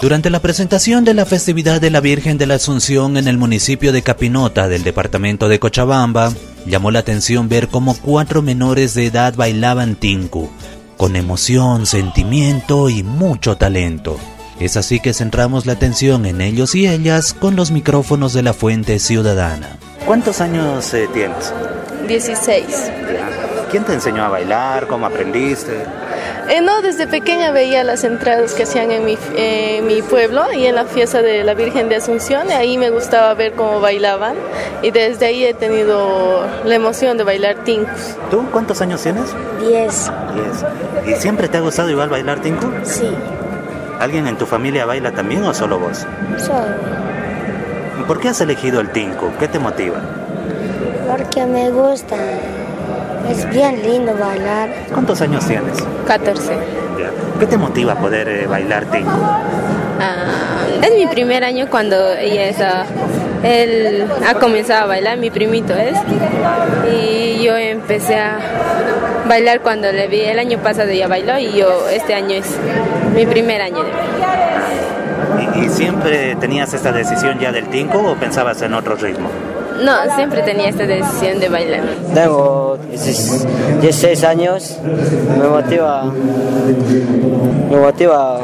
Durante la presentación de la festividad de la Virgen de la Asunción en el municipio de Capinota del departamento de Cochabamba, llamó la atención ver cómo cuatro menores de edad bailaban tinku, con emoción, sentimiento y mucho talento. Es así que centramos la atención en ellos y ellas con los micrófonos de la Fuente Ciudadana. ¿Cuántos años eh, tienes? 16. ¿Quién te enseñó a bailar? ¿Cómo aprendiste? Eh, no, desde pequeña veía las entradas que hacían en mi, eh, en mi pueblo y en la fiesta de la Virgen de Asunción. y Ahí me gustaba ver cómo bailaban y desde ahí he tenido la emoción de bailar tincus. ¿Tú cuántos años tienes? 10. Diez. ¿Y siempre te ha gustado igual bailar tinku? Sí, ¿Alguien en tu familia baila también o solo vos? solo. ¿Por qué has elegido el tinku? ¿Qué te motiva? Porque me gusta. Es bien lindo bailar. ¿Cuántos años tienes? 14. Ya. ¿Qué te motiva a poder eh, bailar tinku? Ah, es mi primer año cuando ella es, ah, él ha comenzado a bailar, mi primito es. Y yo empecé a bailar cuando le vi. El año pasado ella bailó y yo este año es mi primer año. de baile. ¿Y, y siempre tenías esta decisión ya del tinku o pensabas en otro ritmo? No, siempre tenía esta decisión de bailar. Tengo 16 años, me motiva, me motiva,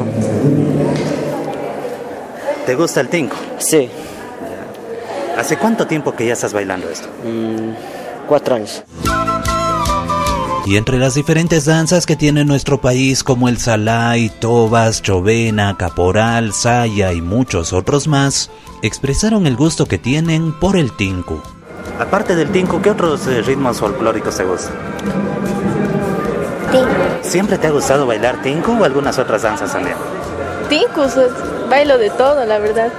¿Te gusta el tinku? sí, ¿Hace cuánto tiempo que ya estás bailando esto? cuatro años. Y entre las diferentes danzas que tiene nuestro país como el salai, tobas, chovena, caporal, saya y muchos otros más, expresaron el gusto que tienen por el tinku. Aparte del tinku, ¿qué otros eh, ritmos folclóricos te gustan? Sí, ¿Siempre te ha gustado bailar tinku o algunas otras danzas también? Tincus, eh, bailo de todo, la verdad.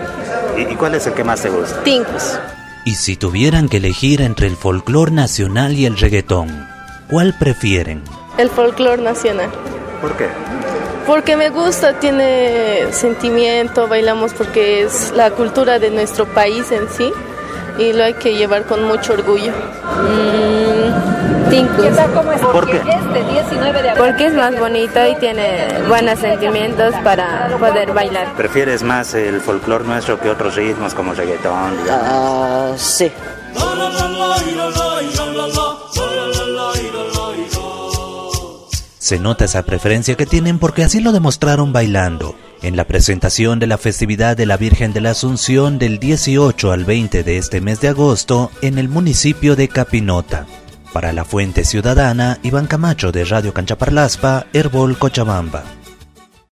¿Y, y cuál es el que más te gusta? Tincus. Y si tuvieran que elegir entre el folclor nacional y el reggaetón, ¿cuál prefieren? El folclore nacional. ¿Por qué? Porque me gusta, tiene sentimiento, bailamos porque es la cultura de nuestro país en sí y lo hay que llevar con mucho orgullo. Mm, Tincus. ¿Por qué? Porque es más bonito y tiene buenos sentimientos para poder bailar. ¿Prefieres más el folclore nuestro que otros ritmos como reggaetón? digamos? Ah, sí, Se nota esa preferencia que tienen porque así lo demostraron bailando. En la presentación de la festividad de la Virgen de la Asunción del 18 al 20 de este mes de agosto en el municipio de Capinota. Para la Fuente Ciudadana, Iván Camacho de Radio Canchaparlaspa, Herbol Cochabamba.